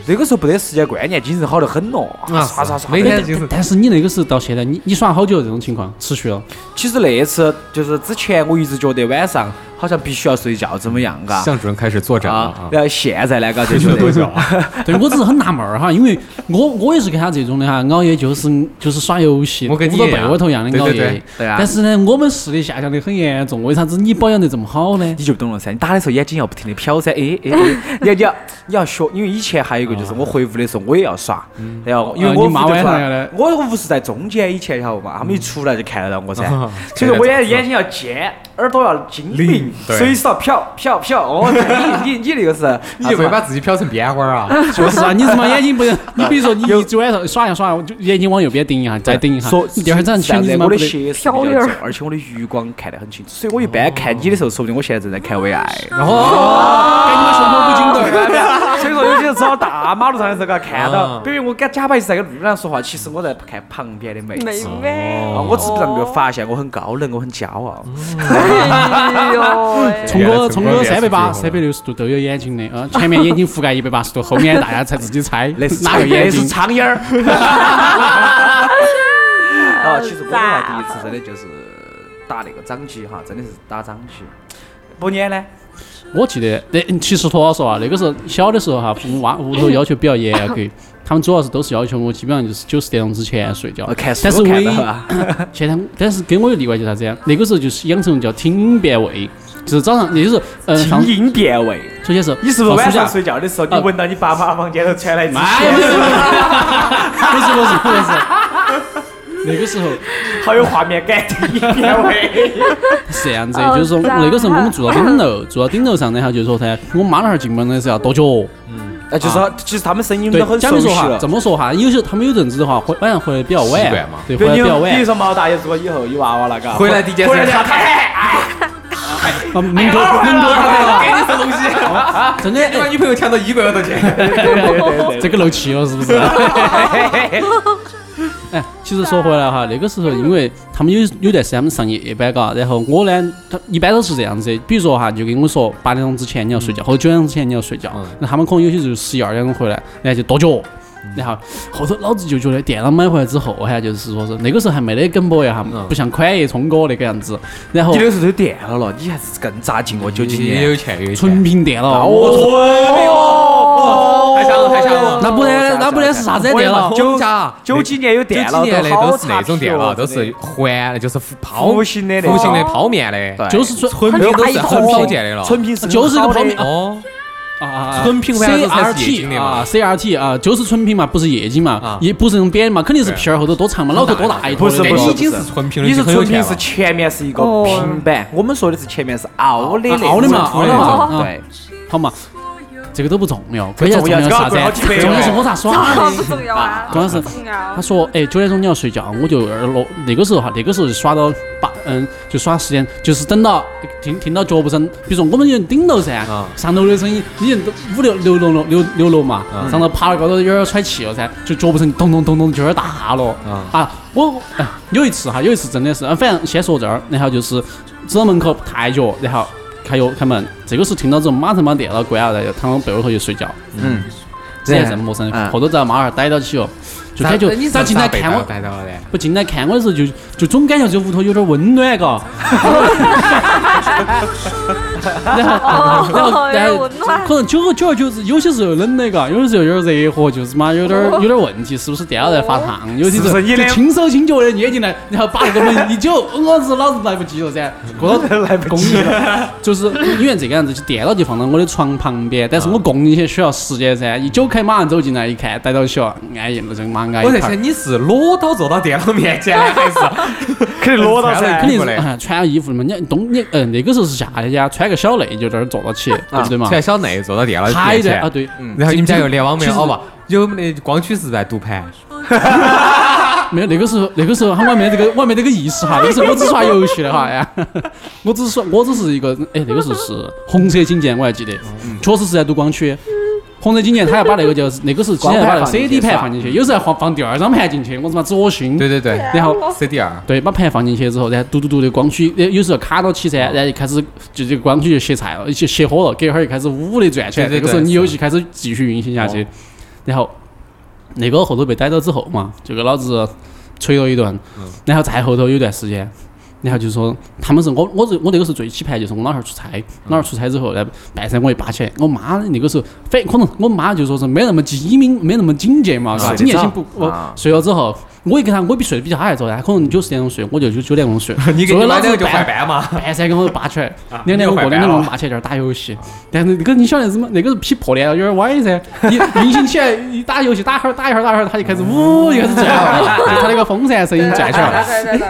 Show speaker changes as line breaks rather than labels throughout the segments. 那个时候不得时间观念，精神好得很咯，
啊
刷
是
刷刷。
每
哎
天
但
就是
但但是你那个是到现在，你你耍了好久这种情况持续了？
其实那一次就是之前我一直觉得晚上好像必须要睡觉，怎么样嘎？
向主任开始作战了
啊
啊，，
然后现在呢，嘎就
必须
觉
要多
得
久啊？
对我只是很纳闷儿哈，因为我我也是跟他这种的哈，熬夜就是就是耍游戏，
我跟你
捂到
一样
被窝头一样的
对
熬
对
夜
对。
对啊
但是呢，我们视力下降得很严重，为啥子你保养得这么好 呢？
你就不懂了噻，你打的时候眼睛要不停的瞟噻，哎哎哎，你要你要你要学，因为以前还有一个就是我回屋的时候我也要耍，然后因为
啊
我
你妈
屋就
晚
住
上
在
要来
我屋是在中间以前晓得嘛，他们一出来就看得到我噻
嗯，
所以说我眼眼睛要尖，耳朵要精 灵，
对
随时要瞟瞟瞟，哦，你你你那个
啊
是，
你就会把自己瞟成边花 儿啊？
就是啊，你是嘛眼睛不能，你比如说你一昨晚上耍一耍，我就眼睛往右边盯一下，再盯一下
说，
你第二天早上
是
起来你
这
他
样
妈
我
不
的
得。
斜视比较重，而且我的余光看得很清楚，所以我一般看你的时候，说不定我现在正在看为爱。
哦
赶紧把胸口捂紧点儿。
所以说，有些时候走到大马路上的时候，嘎看
啊
到，比如我跟假扮是在跟路上说话，其实我在看旁边的妹
妹
子。
妹，
哦
啊，我只是让别个发现我很高冷，我很骄傲。
哎呦喂，
聪
原来
哥，聪
聪哥
哥
也是
三百八、
这
三
种
百六十度都有眼睛的啊，前面眼睛覆盖一百八十度，后面大家才自己猜
那是
哪个眼
那是
睛。
苍蝇儿。 啊，其实我的话，第一次真的就是打那个掌机哈，真的是打掌机。不捏呢？
我记得，那其实托儿说啊，那个时候小的时候哈，父母娃屋头要求比较 严格，他们主要是都是要求我基本上就是九十点钟之前睡觉
我。看书
但是
看
唯
到
一
啊，
现在，但是跟我有例外，就是啥子呀？那个时候就是养成叫听辨位，就是早上，也就是嗯，
听
上
音辨位。
首先是
你是不是
放
晚
暑假
上睡觉的时候，你闻到你爸妈房间头传来一支
哎，
香
不是，不是， 不是，不是，不是。那个时候
好有画面感的音辨位？
是这样子
哦，
就是说
是啊
那个时候我们住到顶楼，住到顶楼上呢，哈，就是说噻，我妈那儿进门的时候要跺脚。
那呃就是说其实他们声音
对
都，很
假
熟
如
悉
说哈，
了
这。么说哈，有些他们有阵子的话，回晚上回来比较
习
晚
惯嘛，
对，
比
回来
如你
比较
比如
晚，
说毛大爷如果以后有娃娃了，嘎，
回来第一件事
回来就要看
啊门口
哎
门口
给你什么东西？
真的
你把
哎
女朋友抢到衣柜外头去。
这个漏气了，是不是？ 哎，其实说回来哈，那个时候因为他们有有段时间他们上夜班嘎，然后我呢，他一般都是这样子的，比如说哈，就跟我说嗯八点钟之前你要睡觉，或者九点钟之前你要睡觉，那他们可能有些就是十一二点钟回来，然后就跺脚，然后后头老子就觉得电脑买回来之后哈，就是说是那个时候还没得梗博呀哈，不像宽爷、聪哥那个样子。然后
你那时候都电脑了，你还是更扎进我九几
你
年。
有钱有
纯
钱，
屏电
啊
脑，
哎
哦，
太吓人太吓人了。
那不然那不然是啥子电脑？
九
家
九几年有电脑
九几年的
好
都是那种
差
电脑，
评
都
哦真
是
的
环的，就是泡
弧形的那
弧形的
种
泡面的，
对
就是纯
纯
没有
屏都
它一
是
个
很
泡
少
面
见的了。
纯平时
就是一个
好的
泡面
哦，
啊
纯屏反正才是液
CRT
晶的嘛
啊，CRT 啊，就是纯屏嘛，不是液晶嘛，也不是那种扁的嘛，肯定是片儿后头多长嘛，脑壳多大一坨
啊不是
的
这
那
不
种
已
是
经是纯屏了，
你是
就很有
纯屏
钱
是
了
前面是一个
哦
平板，我们说的是前面是凹的那种
凹的嘛
凸
凹的
的那
嘛
种，对，
好嘛，这个都不重要，关键
重
重
要啊
要是啥子
搞不好几百？
重要是我咋耍
这
的
个。不重要啊，
关键是
不重要
他。说：“哎，九点钟你要睡觉，我就二楼那个时候哈，那个时候就耍到八，嗯，就耍时间，就是等到听听到脚步声，比如说我们就顶楼噻
啊，
上楼的声音，你人都五六六楼楼六六楼嘛，上到爬到高头有点儿喘气了噻，就脚步声咚咚咚咚就有点儿大了啊！我哎有一次哈，有一次真的是，啊反正先说这儿，然后就是走到门口抬脚，然后开油开门，这个时候听到之后马上把电脑关了，然后躺到被窝头就睡觉。”
嗯，
这也这么陌生
嗯，
后头在马儿逮到起哦，就
咋
感觉
你咋
他进来看
我
我，
逮到了的？
不进来看我的时候就就总感觉这屋头有点温暖，嘎。然后，然后，
哦
然
有点
后
温暖，
可能久而久而就是有些时候冷的，嘎，有些时候有点热和，就是嘛，有点有点问题，是不是电脑在发烫？有些时
是
候
不是你
就
的
轻手轻脚的捏进来，然后把那个门一揪，嗯老子老子来不及了噻，过到
来不
公
及
寓了，就是因为这个样子，就电脑就放到我的床旁边，但是我供进去需要时间噻，一揪开马上走进来一看，逮到起哦，安逸了，真妈安
我
逸
在
块儿。
想你是裸刀坐到电脑面前，还是
肯定裸到噻
肯定
不
是
嘞
哎穿了衣服的嘛，你冬你嗯那个时候是夏天呀，穿个小内就在那儿坐到起，对不对嘛？
穿小内坐到电脑
还
面
在
前嗯
啊？对，
然后你们家又联网没有？
其实
哦不，有我们的光驱是在读盘，
没有那个时候，那个时候还没这个，我还没这个意识哈。那个时 候我只耍游戏的哈呀， 我只是耍，我只是一个，哎，那个时候是红色警戒，我还记得，确实是在读光驱。红色警戒，他要把那个就是那个时候之前把那个 CD 盘放进去，有时候还放放第二张盘进去，我他妈恶心。
对对对，
然后
CD 二，
对，把盘放进去之后，然后嘟嘟嘟的光驱，呃有时候卡到起噻，然后就开始就这个光驱就歇菜了，就歇火了，隔一会儿就开始呜的转起来，
对对
这个
对
时候你
是，
游戏开始继续运行下去，然后那个后头被逮到之后嘛，就给老子锤了一顿，然后再后头有段时间。然后就说他们是我，我是我那个时候最起盘就是我老汉儿出差，老汉儿出差之后，然后半山我一扒起来，我妈那个时候反可能我妈就说是没那么机敏，没那么警戒嘛，是吧？
啊
警戒性不，我
啊
睡了之后，我也跟他，我比睡得比较还早，他可能九十点钟睡，我就九九点钟睡
你给
所
你
以老
买那
子
个就
半
坏班嘛。
半山跟我拔起来，两点我过两点我拔起来在那儿打游戏，但是那个你晓得什么？那个是劈破脸了，有点歪噻。你运行起来，一打游戏打会儿打一会儿打一会儿，他就开始呜就开始转了，就他那个风扇声音转起来了。
对对对，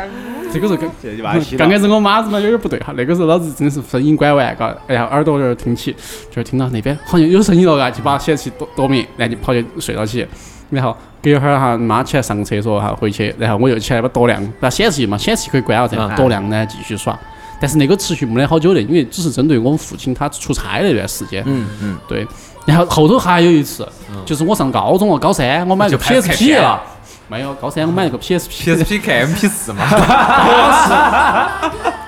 这个时候刚
这就把它洗了
刚开始我妈子嘛有点不对哈，那个时候老子真的是声音拐弯，嘎，然后耳朵有点听起，就是听到那边好像有声音了嘎，就把先去躲躲避，然后就跑去睡到起，然后隔一会儿哈妈起来上厕所哈回去，然后我又起来把躲亮，把显示器嘛显示器可以关了
啊
噻，躲亮呢继续耍。但是那个持续没得好久的，因为只是针对我们父亲他出差那段时间，
嗯嗯，
对。然后后头还有一次，就是我上高中了，高三我买了个
嗯就拍
PSP
片了，
没有高三我买了个 PSP，
PSP 看 MP 四嘛，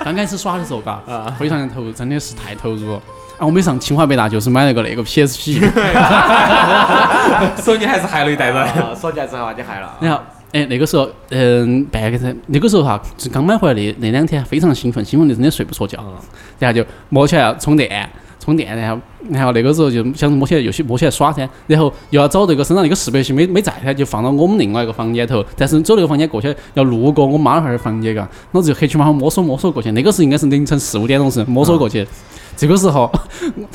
刚开始耍的时候，嘎，非常的投入，真的是太投入了。啊，我们上清华北大就是买了个那个 PSP，
所以你还是害了一代人。
说起来之后你害了，
然后哎，那个时候，嗯，半个人，那个时候哈，是刚买回来的那两天非常兴奋，兴奋的真的睡不着觉，然后就摸起来要充电，充电，然后然后那个时候就想摸起来游戏摸起来耍噻，然后又要找这个身上那个适配器没没在噻，就放到我们另外一个房间头，但是走那个房间过去要路过我妈那儿的房间嘎，老子就黑漆麻黑摸索摸索过去，那个时候应该是凌晨四五点钟时摸索过去。这个时候，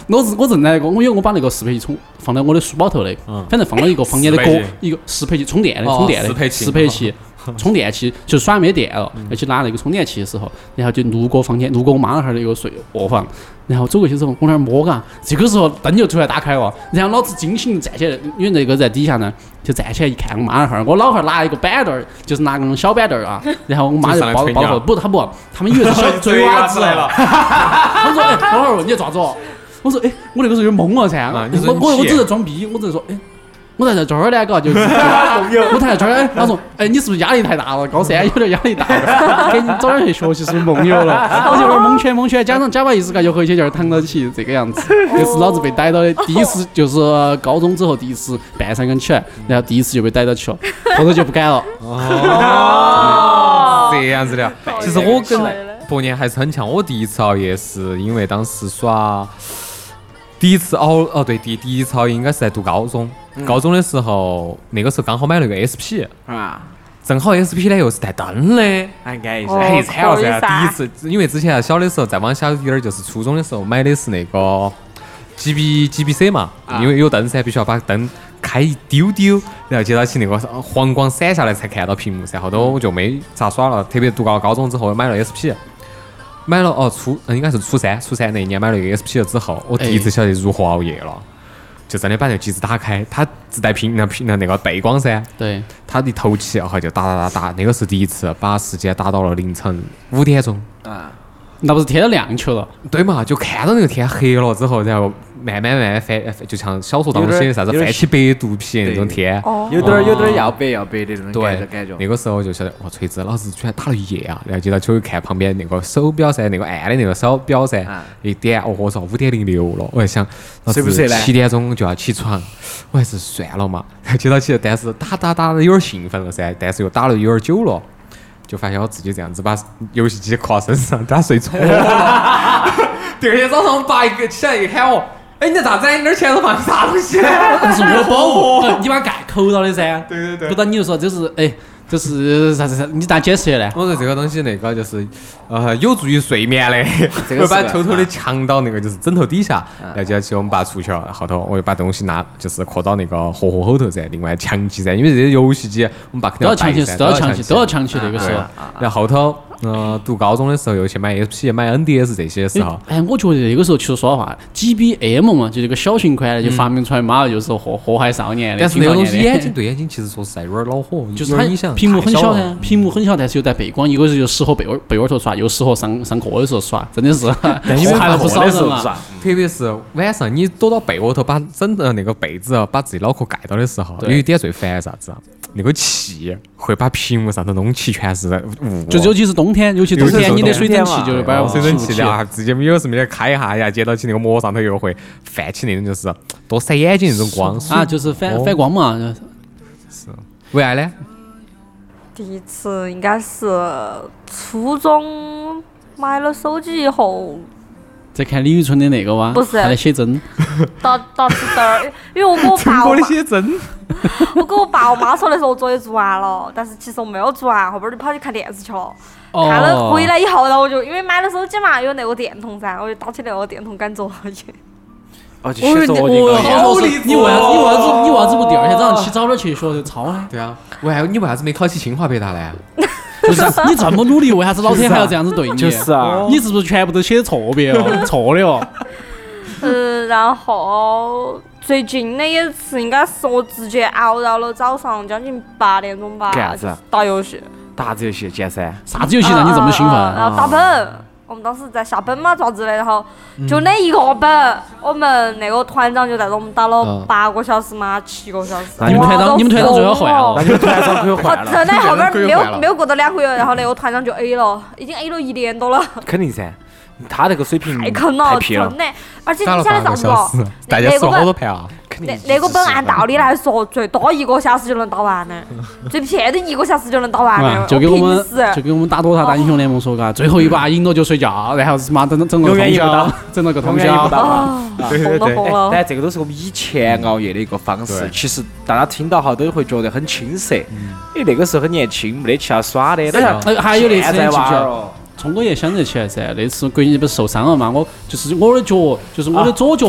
我是我正在那个，我因为我把那个适配器充放在我的书包头的，反正放到一个房间的角
适配器，
一个适配器充电的
哦
充电的
适配器嗯
适配器充电器，就耍没电了，要去拿那个充电器的时候，然后就路过房间，路过我妈那儿的一个睡卧房，然后走过去之后，我那儿摸嘎，这个时候灯就突然打开了，然后老子惊醒地站起来，因为那个在底下呢，就站起来一看我妈那儿，我老汉儿拿一个板凳儿，就是拿那种小板凳儿啊，然后我妈就
上来
抱
吹
抱
牛
头，不，她不，他们以为是 小
追
嘴
娃
娃
子
子
来了，
他说：“哎，老汉儿，你在咋子哦？”我说：“哎，我那个时候有点懵了噻。
啊
我
你说你
我我
气
只是装逼，我只是说，哎，我我在这这儿呢，嘎， 就是我在这儿呢，他说，哎，你是不是压力太大了？高 三有点压力大了，给你早点去学习是不是梦游 了？我就有点蒙圈蒙圈，加上加班意识嘎，就回去就是躺到起这个样 子，这是老子被逮到的第一次，就是高中之后第一次半三更起来，然后第一次就被逮到起了，后头就不敢 了。
哦，
这样子的。其实我跟伯年还是很像，我第一次熬夜是因为当时耍第一次熬哦，对，第第一次熬夜应该是在读高中，高中的时候那个时候刚好买了个 SP，
啊，
正好 SP 呢又是带灯的。
哎，安逸
哦
哎，惨了噻！
可以噻
第一次，因为之前小的时候，再往小一点儿就是初中的时候买的是那个 G B G B C 嘛，因为有灯噻，必须要把灯开一丢丢，然后接到起那个啊黄光闪下来才看到屏幕噻。后头我就没咋耍了，特别读到高中之后买了 S P，买了哦初嗯应该是初三，初三那一年买了一个 S P 了之后，我第一次晓得如何熬夜了。就真的把那个机子打开，它自带屏那屏那那个背光噻，
对，
他一头起，然后就打打打打，那个是第一次把时间打到了凌晨五点钟，
那不是天都亮球了？
对嘛，就看到那个天黑了之后，然后慢慢慢慢翻，翻就像小说当中写的啥子
有点
翻起白肚皮那种天。
哦，
有点儿有点儿要白要白的那种感觉
对
感，觉。
那个时候就晓得，哇，锤子，老子居然打了一夜啊！然后接到就看旁边那个手表噻，那个暗的那个手表噻
啊，
一点，哦，我操，五点零六了，我在想，老
睡不
子
睡嘞
七点钟就要起床，我还是算了嘛。然后接到起，但是打打打的有点兴奋了噻，但是又打了有点久了，就发现我自己这样子把游戏机挎身上，打睡着了。第二天早上，我爸一个起来一喊我，哎，你在咋子？你那儿前头放的啥东 西？
那是我保护，呃你把盖扣到的噻。哦对对对。不然你就说这是哎，这是啥子啥？你咋解释的呢？
我说这个东西那个就是，呃，有助于睡眠的，
这个
我
是
把偷偷的藏到那个就是枕头底下，
啊
然后接起我们爸出去了，后头我又把东西拿就是搁到那个盒盒后头噻，另外抢起噻，因为这些游戏机我们爸肯
都要
定带
强
噻
去，都要强去，都要
抢
强去。那个时
哎对啊
候。，
然后后头，嗯，读高中的时候又去买 SP、买 NDS 这些时候，
哎，我觉得那个时候其实说实话，GBM 嘛，就这个小型款的，就发明出来，妈的就是祸祸害少年的。
嗯但是那个东西
青少年
眼
的
睛对眼睛其实说实在有点恼火，
就
有点影
是它
响。
屏幕很
太
小
了
噻，屏幕很小，但是又带背光，一个是就适合被窝被窝头耍，又适合上上课的时候耍，真的是 祸害了不少人嘛。
特别是晚上你躲到被窝头，把枕头那个被子啊把自己脑壳盖到的时候，有
对
一点最烦啥子啊？那个气会把屏幕上头弄起全是雾。啊
就尤其是冬天，尤其冬
尤其是
天，你的
冬
水
天
蒸气
嘛
就是把
把
我
水蒸气
气
的啊，直接有时没得开一下呀，接到起那个膜上头又会泛起那种就是多闪眼睛那种光。
啊，就是反
哦
反光嘛，
为 啥呢？
第一次应该是初中买了手机以后，
在看李宇春的那个哇，
不是
他在写真，
到到此这儿，因为我跟 我爸我
我的
妈，
写真，
我跟我爸我妈说的时候，我作业做完了，但是其实我没有做啊完，后边儿就跑去看电视去了。
哦
看了回来以后，然后我就因为买了手机嘛，有那个电筒噻，我就打起那个电筒赶作 业。
哦，就写作业
好
高
好说，你为啥子？你为啥子？你为啥子不第二天早上起早点去学就抄呢？
对啊，为啥你为啥子没考起清华北大呢？
就是你这么努力，为啥子老天还要这样子对你？
就是啊
你是不是全部都写错别了？错的哦。
嗯，然后最近的一次应该是我直接熬到了早上将近八点钟吧，
干啥
就是
子啊
打游戏，
打这游戏简三，
啥子游戏让你这么啊兴奋？
嗯嗯嗯然后打本。我们当时在下本嘛，咋子的，然后就那一个本，我们那个团长就带着我们打了
嗯
八个小时嘛，七个小时。
啊你们团
哇
长，你们团长最后换了。。
你们团长可以
好，
换了，
真的后边
可以
没有
换了
没有过到两个月，然后那个团长就 A 了，已经 A 了一年多了，
肯定噻。他那个水平
太坑了，
皮了
真，的。而且
打
你
了
晓得
半
咋
个
子
小
不
时？，大家
那
说
个
好
本
多盘啊！
肯
那
定
那个本按道理来 说，最多一个小时就能打完的，最便宜一个小时就能打完
啊
的。，
就给我们
平时
就给我们打多塔打英雄联盟说嘎，最后一把赢了就睡觉，然后是妈整整整了个
永远
通
赢
宵
不到，
整了个通
通宵
宵。
打。
啊，
对
疯
对
都
对
哎
疯了。
但这个都是我们以前熬夜的一个方式
对。
其实大家听到哈都会觉得很青涩，因为那个时候很年轻，没得其他耍的。
啊
嗯但是呃
哎还有那次
现在
你记不
娃
记
儿
得
哦，
聪哥也想得起来噻，那次国庆不是受伤了嘛？我就是我的脚，就是我的左脚，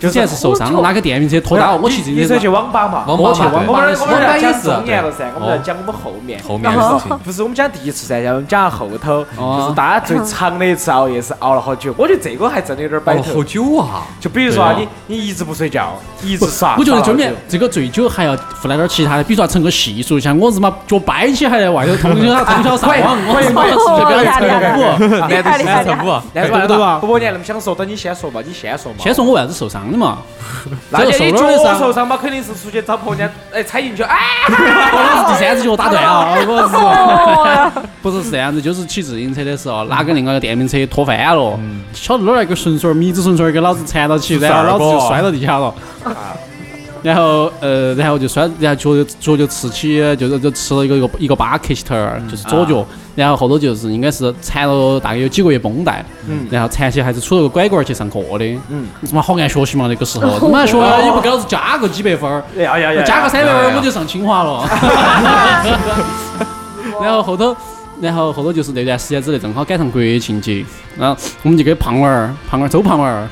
之前是受伤了，拿个电瓶车拖到我骑自
啊你
行
说
车
去。网吧嘛？
网吧
我去
嘛
网
对
吧的时
网
候，
吧
我们
也
讲
是
中年
对
了噻，我们要
哦
讲我们后面。
后面的事 情，
不是我们讲第一次噻，然后我们讲后头，
哦
就是大家最长的一次熬夜是熬了好久。我觉得这个还真的有点摆
哦，好
头。
久啊！
就比如说啊
对
你
啊
你一直不睡觉，一直耍，
我觉得
耍
中
了
间
好久
这个醉酒还要附来点儿其他的，比如说成个系数，像我日妈脚掰起还在外头通宵通宵上网，我日妈
快
直接
快
表演
快
舞。
厉害厉害
男
厉
的
害！
五，
来
对
吧，
不对吧
不过你能不想说的，你先说吧，你先说嘛。
先说我为啥子受伤的嘛。
那
这个
你
受了的
脚受
伤，
伤嘛，肯定是出去找婆娘，哎，踩进去，哎，
我是第三只脚打断啊，我是。不是是这样子，就是骑自行车的时候，哪个另外一个电瓶车拖翻了，晓得哪儿一个顺水儿米子顺水儿给老子缠到起，然后老子嗯就摔到地下了。啊然后呃，然后就摔，然后脚就脚就刺起，呃就是就吃了一个一个一个巴克西特儿，就是左脚。然后后头就是应该是缠了大概有几个月绷带，然后缠起还是杵了个拐棍儿去上课的。嗯，他妈好爱学习嘛那个时候， 他妈学哎你不给老子加个几百分儿，
哦哎呀呀哎呀，
加个三百分儿我就上清华了。 然后后头，然后后头就是那段时间之内正好赶上国庆节，然后我们就给胖娃儿、胖娃儿、周胖娃儿，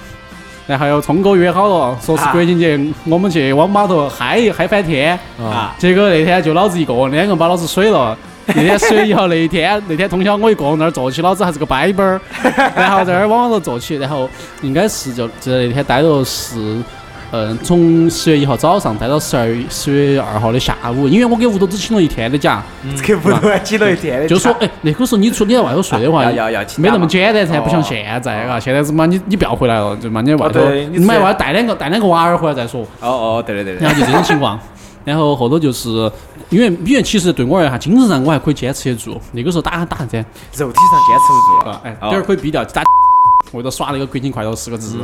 然后还有聪哥约好了，说是国庆节我们去网吧头嗨一嗨翻天。
啊，
结果那天就老子一个人，两个人把老子水了。那天水以后，那一天那天通宵我一个人在那儿坐起，老子还是个掰掰 儿，然后在那儿往头坐起，然后应该是就就那天待了是。嗯，从十月一号早上待到十二十月二号的下午，因为我给屋头只请了一天的假，
给屋头挤了一天的，
嗯就说，哎，那个时候你出你在外头睡的话，
啊要要要请
没
假
那么
嘛
简单噻，不像
哦
现在啊，现在是嘛，你你不要回来了，就嘛你在外头，
对你
你买
直接
外头带两个带两个娃儿回来再说，
哦哦，对对对对
然，后就这种情 况。然后后头就是，因为因为其实对我而言哈，精神上我还可以坚持得住。那个时候打打啥子
肉体上坚持不住
啊
了？，
哎，
哦
等
嗯
会儿可以毙掉打。为了耍那个“国庆快乐”四个字，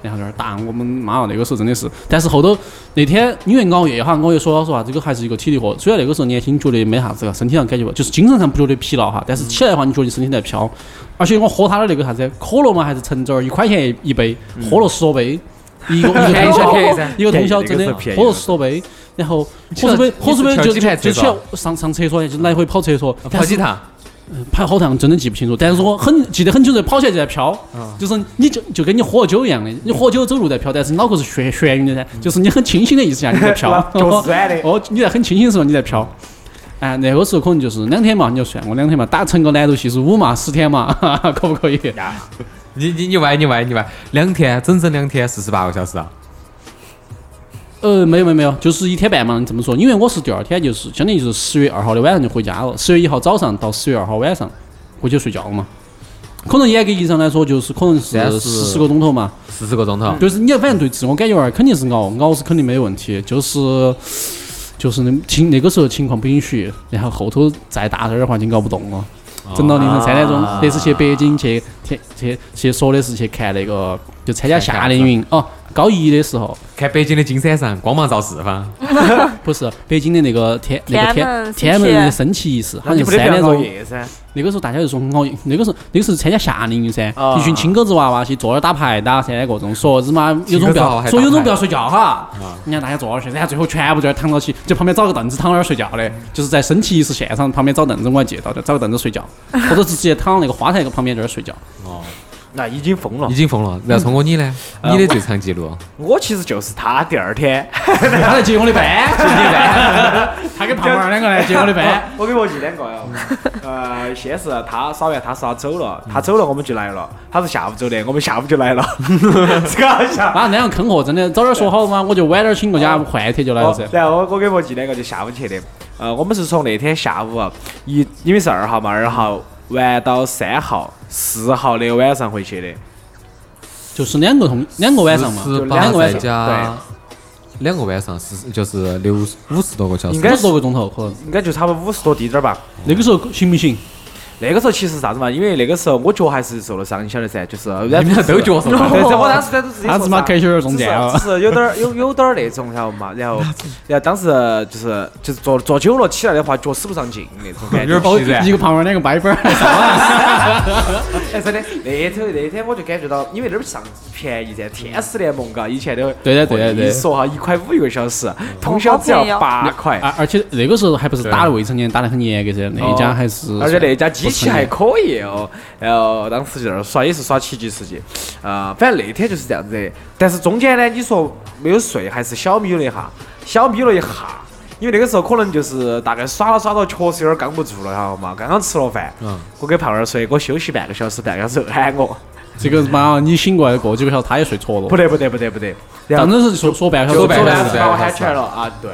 然后在那儿打我们妈哦，那个时候真的是。但是后头那天因为熬夜哈，我又说说啥，这个还是一个体力活。虽然那个时候年轻觉得没啥子啊了，身体上感觉不，就是精神上不觉得疲劳哈，
嗯
但是起来的话你觉得身体在飘。而且我喝他的那个啥子可乐嘛，还是橙汁儿，一块钱一一杯，
嗯
喝了十多 杯。一个一个通宵
便宜噻便宜噻，
一个通宵真
哎便宜那个
的
是便宜
喝了十多杯，然后喝十杯，喝十杯
你是
就
跳几排
就
厕
起
所
来上上厕所，就来回跑厕
哦
所，但
跑
是
几趟？
跑好像真的记不清楚，但是我很记得很清楚，跑起来就在飘，就是你就就跟你喝了酒一样的，你喝酒走路在飘，但是你脑壳是眩眩晕的噻，就是你很清醒的意思下你在飘
老，脚酸的
哦，你在很清醒的时候你在飘。哎，那个时候可能就是两天嘛，你就算我两天嘛，打成个难度系数五嘛，十天嘛， 哈哈，可不可以？
你你你歪你歪你歪，两天整整两天四十八个小时啊！
呃，没有没有没有，就是一天半嘛，你这么说，因为我是第二天就是相当于是十月二号的晚上就回家了，十月一号早上到十月二号晚上回去睡觉嘛，可能严格意义上来说就是可能
但
是
是
四十个钟头嘛。
四十个钟头，
就是你反正对自我感觉啊，肯定是熬，熬是肯定没问题，就是就是那情那个时候情况不允许，然后后头再大点儿的话就熬不动了。
哦
整到凌晨三点钟，那次去北京去去去去说的是去看那个，就参加夏令营哦。高一的时候
看北京的金山上光芒照四方，
嗯不是北京的那个天那个
天安
天
门
天
升旗
安门的升旗仪式，好
你
像
不
是
得
三点
不要熬
钟。
夜噻？
那个时候大家就说熬夜，那个时候那个时候参加夏令营噻，
啊
一群青狗子娃娃去坐那儿打牌打噻，各种说日妈有种
青
不
狗子娃
要
娃还
说有
打
种
牌
不要睡觉哈，你看大家坐那儿去，然后最后全部在那儿躺到起，就旁边找个凳子躺那儿睡觉的，就是在升旗仪式现场旁边找凳子，我还记得到的，找个凳子睡觉，或者是直接躺那个花坛那个旁边在那儿睡觉。
那已经疯了
已。经疯了。然后聪哥你呢？
嗯
你的最长记录？
呃
我其实就是他第二天，
他来接我的班，接你的班，他跟胖娃儿两个来接我的班。
我跟我弟两个哟，呃，先是他耍完，他说他走了，他走了我们就来了，他是下午走的，我们下午就来了，这个好 笑。
啊妈，那样坑货真的，早点说好嘛，我就晚点请个假，换一天就来了噻
哦。然后我我跟我弟两个就下午去的，呃，我们是从那天下午啊一因为是二号嘛，二号玩到三号、四号的晚上回去的。
就是两个同两个晚上嘛，
十
就
八
两个晚
再
上，
加两个晚上，四就是六五十多个小时
应。该
十多个钟头可能。
应该就差不多五十多滴点儿吧。
那个时候行不行？
那个时候其实是啥子嘛？因为那个时候我脚还是受了伤，你晓得噻，就是你
你们俩都脚受伤
对，这 我当时在都自 己
他
受
是妈
伤
开球儿中啊箭
只
了
是，只是有点儿有有点儿那种，然后嘛，然后然后当时就是就是坐坐久了起来的话，脚使不上劲那种感 觉。
有点儿疲
哦 一个胖娃儿，两个掰掰儿。
哎，真的，那天那天我就感觉到，因为那儿上便宜噻，天使联盟嘎，以前都
对的对的对的
一说哈，一块五一个小时，通宵只
好便宜
要
哦
八块，
而而且那个时候还不是打的未成年打得很严格噻，那一家还是
哦而且那家机器还可以哦。然后当时就在那儿耍，也是耍奇迹世界，啊，反正那天就是这样子的。但是中间呢，你说没有睡，还是小眯了一下，小眯了一下。因为那个时候可能就是大概耍了耍到，确实有点扛不住了，晓得嘛？刚刚吃了饭，
嗯
我给胖儿说，给我休息半个小时，半个小时后喊我，
这个妈你醒过来过几个小时，他也睡着了。
不得不得不得不得，然后
当时是说说半个小
就
时，
半
走
个
半
小
时
时
把我喊起来了啊，对。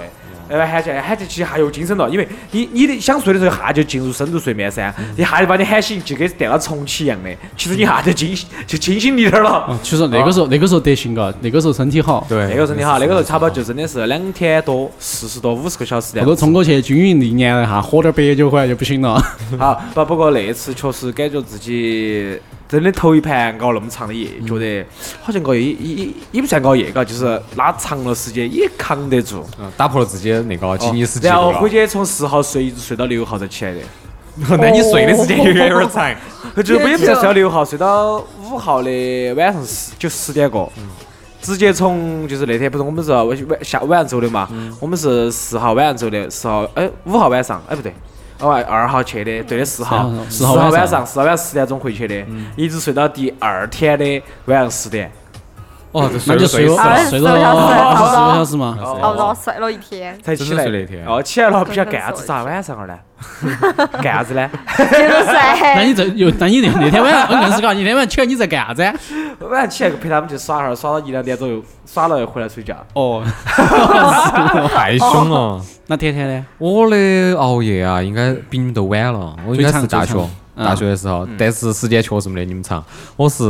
呃，喊起来，喊起其实还有精神了，因为你你的想睡的时候，一下就进入深度睡眠噻，一下就把你喊醒，就跟电脑重启一样的。其实你一下就清醒就清醒一点儿了。
其实那个时候，那个时候得行嘎，那个时候身体好，
对，
那个身体哈，那个时候差不多就真的是两天多、四十多、五十个小时的
或
样子。
者冲过去均匀历练了一下，喝点白酒回来就不行了。
好，不不过那次确实感觉自己真的头一盘熬那么长的夜，觉得好像熬夜也也也不算熬夜，嘎，就是拉长了时间也扛得住。
嗯打破了自己的那
哦
个吉尼斯纪录
然后
了
回。去从四号睡一直睡到六号才起来的，
那你睡的时间有点儿长，
后 就也不算睡到六号，睡到五号的晚上十就十点过。直接从就是那天不是我们是晚晚下晚上走的嘛，我们是四号晚上走的，四号哎五号晚上哎不对，哦二号去的，对的四号
嗯，
四
四号晚上
晚上四号晚上十点钟回去的，一直睡到第二天的晚上十点。
哦，
那就睡
死
了，
了
睡了
睡了
二十四
好
个
了
小时嘛。
哦
熬到哦睡了一天，
才
真
起
的
来
睡了一天
哦，起来了，不晓
真
得
的
干啥子
睡
咋晚上了呢？ 干啥子呢？
接着
那你
睡。
这又，那你那那天晚上，我硬是嘎，你那天晚上起来你在干啥子啊？
晚上起来陪他们去耍哈儿，耍到一两点左右，耍了又回来睡觉。
哦，
太凶哦了。
那天天呢？
我的熬夜啊，应该比你们都晚了。我应该是大
最长最
学
长，嗯
大学的时候，但是时间确实没得你们长。我是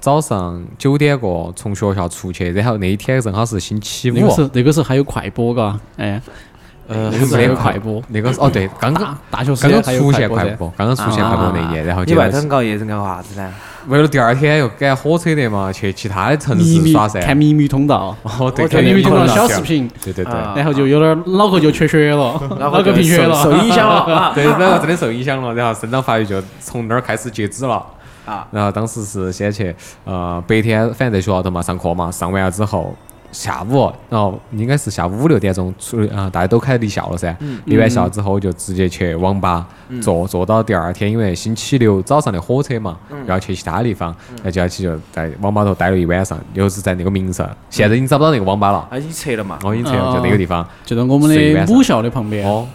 早上九点过从学校出去，然后那一天正好是星期五
那，个时候，那个时候还有快播嘎，哎，
呃
那个时候还
没
有
有
快播，
那个哦对，刚刚
大学时
刚
间
刚
还有
出现
播啊
快
噻。
播，刚刚出现快播
啊
那一夜，然后
你
接
外
着
头熬夜是熬啥子呢？
为了第二天又赶火车的嘛，去其他的城
秘
市
密
耍噻。
看秘密通道，
哦对，
看
我看
秘密
秘密
通道
通道
小视频，
对对对，
啊
然后就有点脑壳就缺血了，
然
脑
后
壳
就
贫血
受
了，
受影响了啊。
对，然后真的受影响了，然后生长发育就从那儿开始截止了。
啊
然后当时是先去呃白天反正在学校头嘛上课嘛，上完了之后下午然后应该是下午五六点钟出啊、大家都开始离校了噻。离完校之后就直接去网吧坐坐到第二天，因为星期六早上的火车嘛，要去其他地方，然后就要去就在网吧头待了一晚上，又是在那个名胜，现在已经找不到那个网吧了，
啊，已经撤了嘛？
我已经撤了，就那个地方。
就在我们
睡一
的
晚上
母校的旁边。
哦，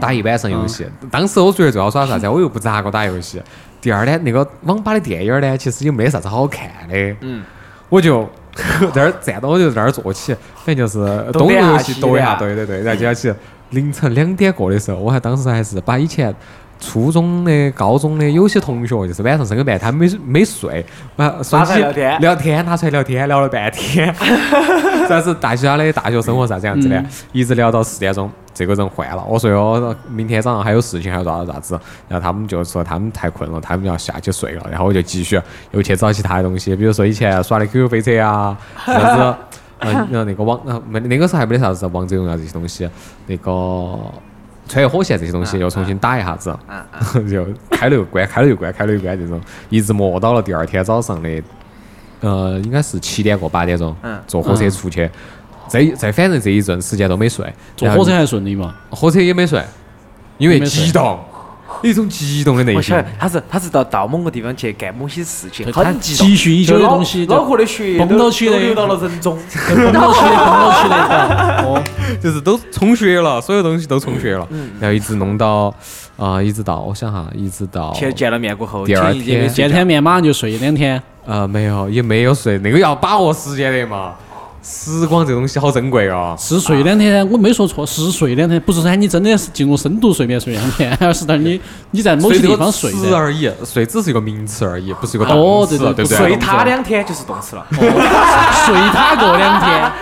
打一晚上游戏。嗯当时我觉得最好耍啥子啊？我又不咋个打游戏。第二呢，那个网吧的电影呢，其实也没啥子好看的。嗯，我就 在那儿站到，我就在那儿坐起，反正就是
东
东
边啊
游戏
西
踱一
边
下，
啊
对对对，然后就要 起凌晨两点过的时候，我还当时还是把以前。初中的、高中的有些同学就是晚上深更半夜，他没没睡，把手
拿出
机
来聊天
聊天拿出来聊天，聊了半天，算是大家的大学生活啥子样子的，一直聊到四点钟，这个人换了。我说哟，明天早上还有事情，还要咋子咋子。然后他们就说他们太困了，他们要下去睡了。然后我就继续又去找其他的东西，比如说以前耍的 QQ 飞车啊，啥子，嗯，然后那个网，呃没那个时候还没得啥子王者荣耀这些东西，那个。穿越火线这些东
嗯
西又重新打一下子， 就开了又关，开了又关，开了又关这种，一直磨到了第二天早上的呃，应该是七点过八点钟，
嗯
坐火车出去，这一这反正这一阵时间都没睡，
坐
然后
火车还顺利嘛？
火车也没睡，因为
没睡
激动，有一种激动的内
我
心
晓。得他是他是到到某个地方去干某些事情，
对他
很激动，
积蓄已久的
就脑
东西就
脑壳的血
蹦
都
到起
都
的
流到了人中。
蹦到起的，蹦到起的，哦，嗯
就是都充血了，所有东西都充血了，然后一直弄到啊、一直到我想哈，一直 到
去见了面过后，
哦第二
听一见
天
面
见天面马上就睡两天。
呃没有也没有睡，那个要把握时间的嘛，时光这东西好珍贵哦。
是睡两天，我没说错，是睡两天，不是说喊你真的是进入深度睡眠睡两天， 而是让你你在某些地方睡
所以这个词
的。
而已，睡只是一个名词而已，不是一个
哦
动词，
对对
对不
不
对？
睡他两天就是动词了，
哦睡他过两 天，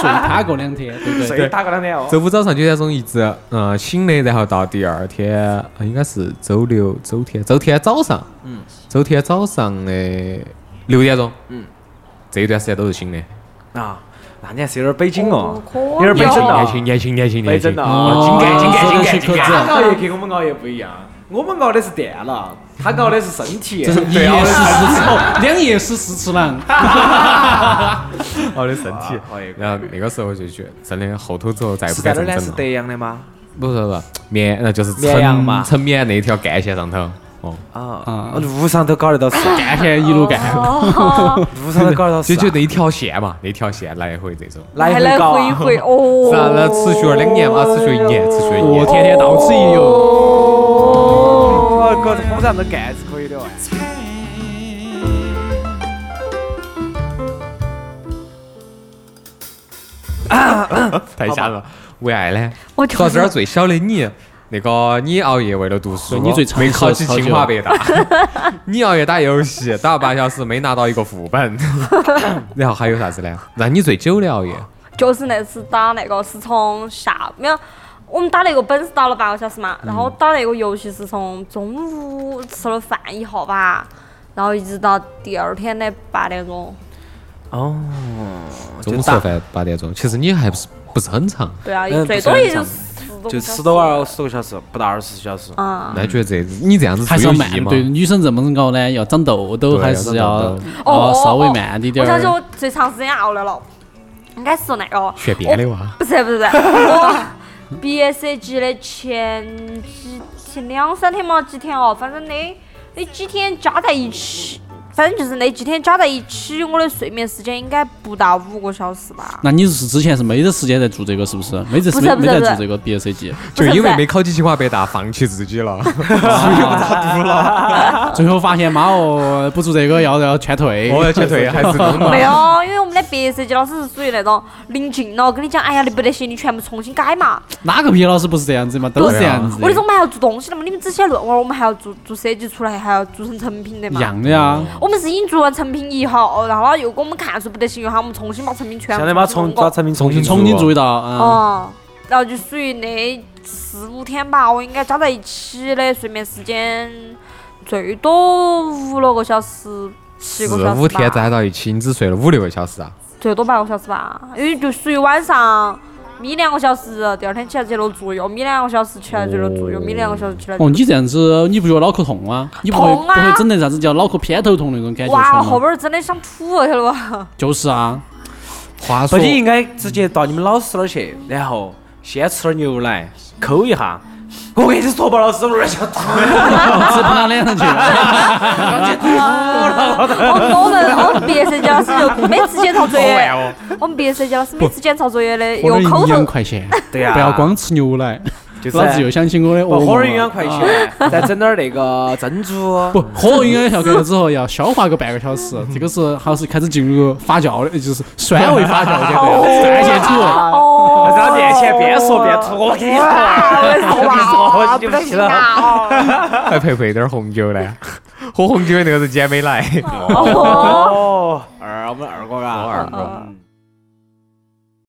睡他过两天，对不对？
睡打个两天哦。
周五早上九点钟一直嗯醒的，然后到第二天呃应该是周六、周天、周天早上，嗯，周天早上的六点钟，嗯，这一段时间都是醒的，
啊，那你还是有点北京哦，有
哦
点
没
北
年
京
整
轻、
啊
到
年
了
轻、。年轻、年轻、
没
年
整
轻
到，。
哦
精干精干
说得
精干
出
精
口子
干！他熬夜跟我们熬夜不一样，我们熬的是电了，他熬的是身体。啊
这是一夜死四次，哦两夜死四次郎。
好的身体
好一个
然后那个时候就觉得，真的后头之后再也
是
不
在
敢
哪
这
儿
么整
呢？是
了
德。阳的吗？
不是不是，绵那就是
绵阳嘛
成成绵那条干线上头，哦，
啊，路上都搞得到事，
啊
干线一路干，
路上都搞得到事
就
啊，
就那一条线嘛，那条线来回这种。
还
来
来
回搞
回
啊。
回哦，
然后呢，持续了两年嘛，持续一年，持续一
我
年。
天天到此一游。
哦，搞得火车上都干是可以的哦。
太吓人了。为爱呢？
我就
说到这儿
是
最小的你，那个你熬夜为了读书，
对你最长
没
寿
考起
超
清
久
华北大， 你熬夜打游戏打了八小时没拿到一个副本，然后还有啥子呢？让你最久的熬夜，
就是那次打那个是从下没有，我们打那个本是打了半个小时嘛，
嗯
然后打那个游戏是从中午吃了饭以后吧，然后一直到第二天的八点钟。
哦，就
中午吃
打
饭八点钟，其实你还不是不是很长。
对啊，
嗯
最
不是
多
很
也就
长
十
就
十
十多二十个小时，不到二十小时。
啊。
那觉得这你这样子
还
做
是
有
要
意义
慢，
吗？
对女生这么高呢，要长痘痘
对
还
要长
是要
痘痘
呃稍微慢一
哦
点
我想起
儿。
我最长时间熬的了，应该是那个
选边的哇，
不是不是不是，我 BSG 的前几前两三天嘛，几天哦，反正那那几天加在一起，反正就是那几天加在一起，我的睡眠时间应该不到五个小时吧。
那你是之前是没得时间在做这个，是不是？没得
不是
没
不
没
是
在
不
做
是
这个 BSG，
不
就是因
不
为
是
没考进清华北大，放弃自己了。
最后发现妈哦，不做这个要要劝退。
哦我要劝退还是
嗯
中
没
嘛？
有，因为我们的 BSG 老师是属于那种临近了，跟你讲，哎呀，你不得行，你全部重新改嘛。
哪个 P 老师不是这样子嘛？都是这样子
啊我那
的，
种我们还要做东西的嘛，你们只写论文，我们还要做做设计出来，还要做成成品的
一
嘛。
样的呀。
哦
我们是已经做完成品以后，然后又给我们看出不得行，然后我们重新把成品全部
相当于把
重新
重
弄
把
过
产品
重
重新
重新做一道啊。
哦，然后就属于那四五天吧，我应该加在一起的睡眠时间最多五六个小时，七
四
个小时吧
五天攒到一起，你只睡了五六个小时啊！
最多八个小时吧，因为就属于晚上。眯两个小时，第二天起来接着做又眯两个小时，起来接着做又眯两个小时，起来。
哦，你这样子，你不觉得脑壳痛吗？你不会
痛
不
啊
会整得啥子叫脑壳偏头痛那种感觉出
哇，
来
后
吗？
边儿真的想吐过去了哇！
就是啊，
话
不，
说，
你应该直接到你们老师那儿去，然后先吃点儿牛奶，抠一下。我跟你说吧，老师，我有点想吐
只碰到脸上去了。
我我们我们毕业设计老师就每次检查作业，
哦
我们毕业设计老师每次检查作业的
喝
用
点
口
营养
头
快 线，
对哎呀
不要光吃牛奶，
就是
老子又想起我的啊
不
噩梦
喝
了。
点营养快 线，再整点儿那个珍珠。啊
不，喝了营养效果之后要消化个半个小时，这个时候好像是开始进入发酵的，就是酸味发酵阶段，酸性吐。
哦，
在他面前边说边吐，我跟你说啊，
我也是哇，
我
不
跟
得
你
行
说，我
啊！哦
还配配点儿红酒 呢。喝红酒的那个人今天没来，
就不行了。哦，二我们二哥啊，二哥。嗯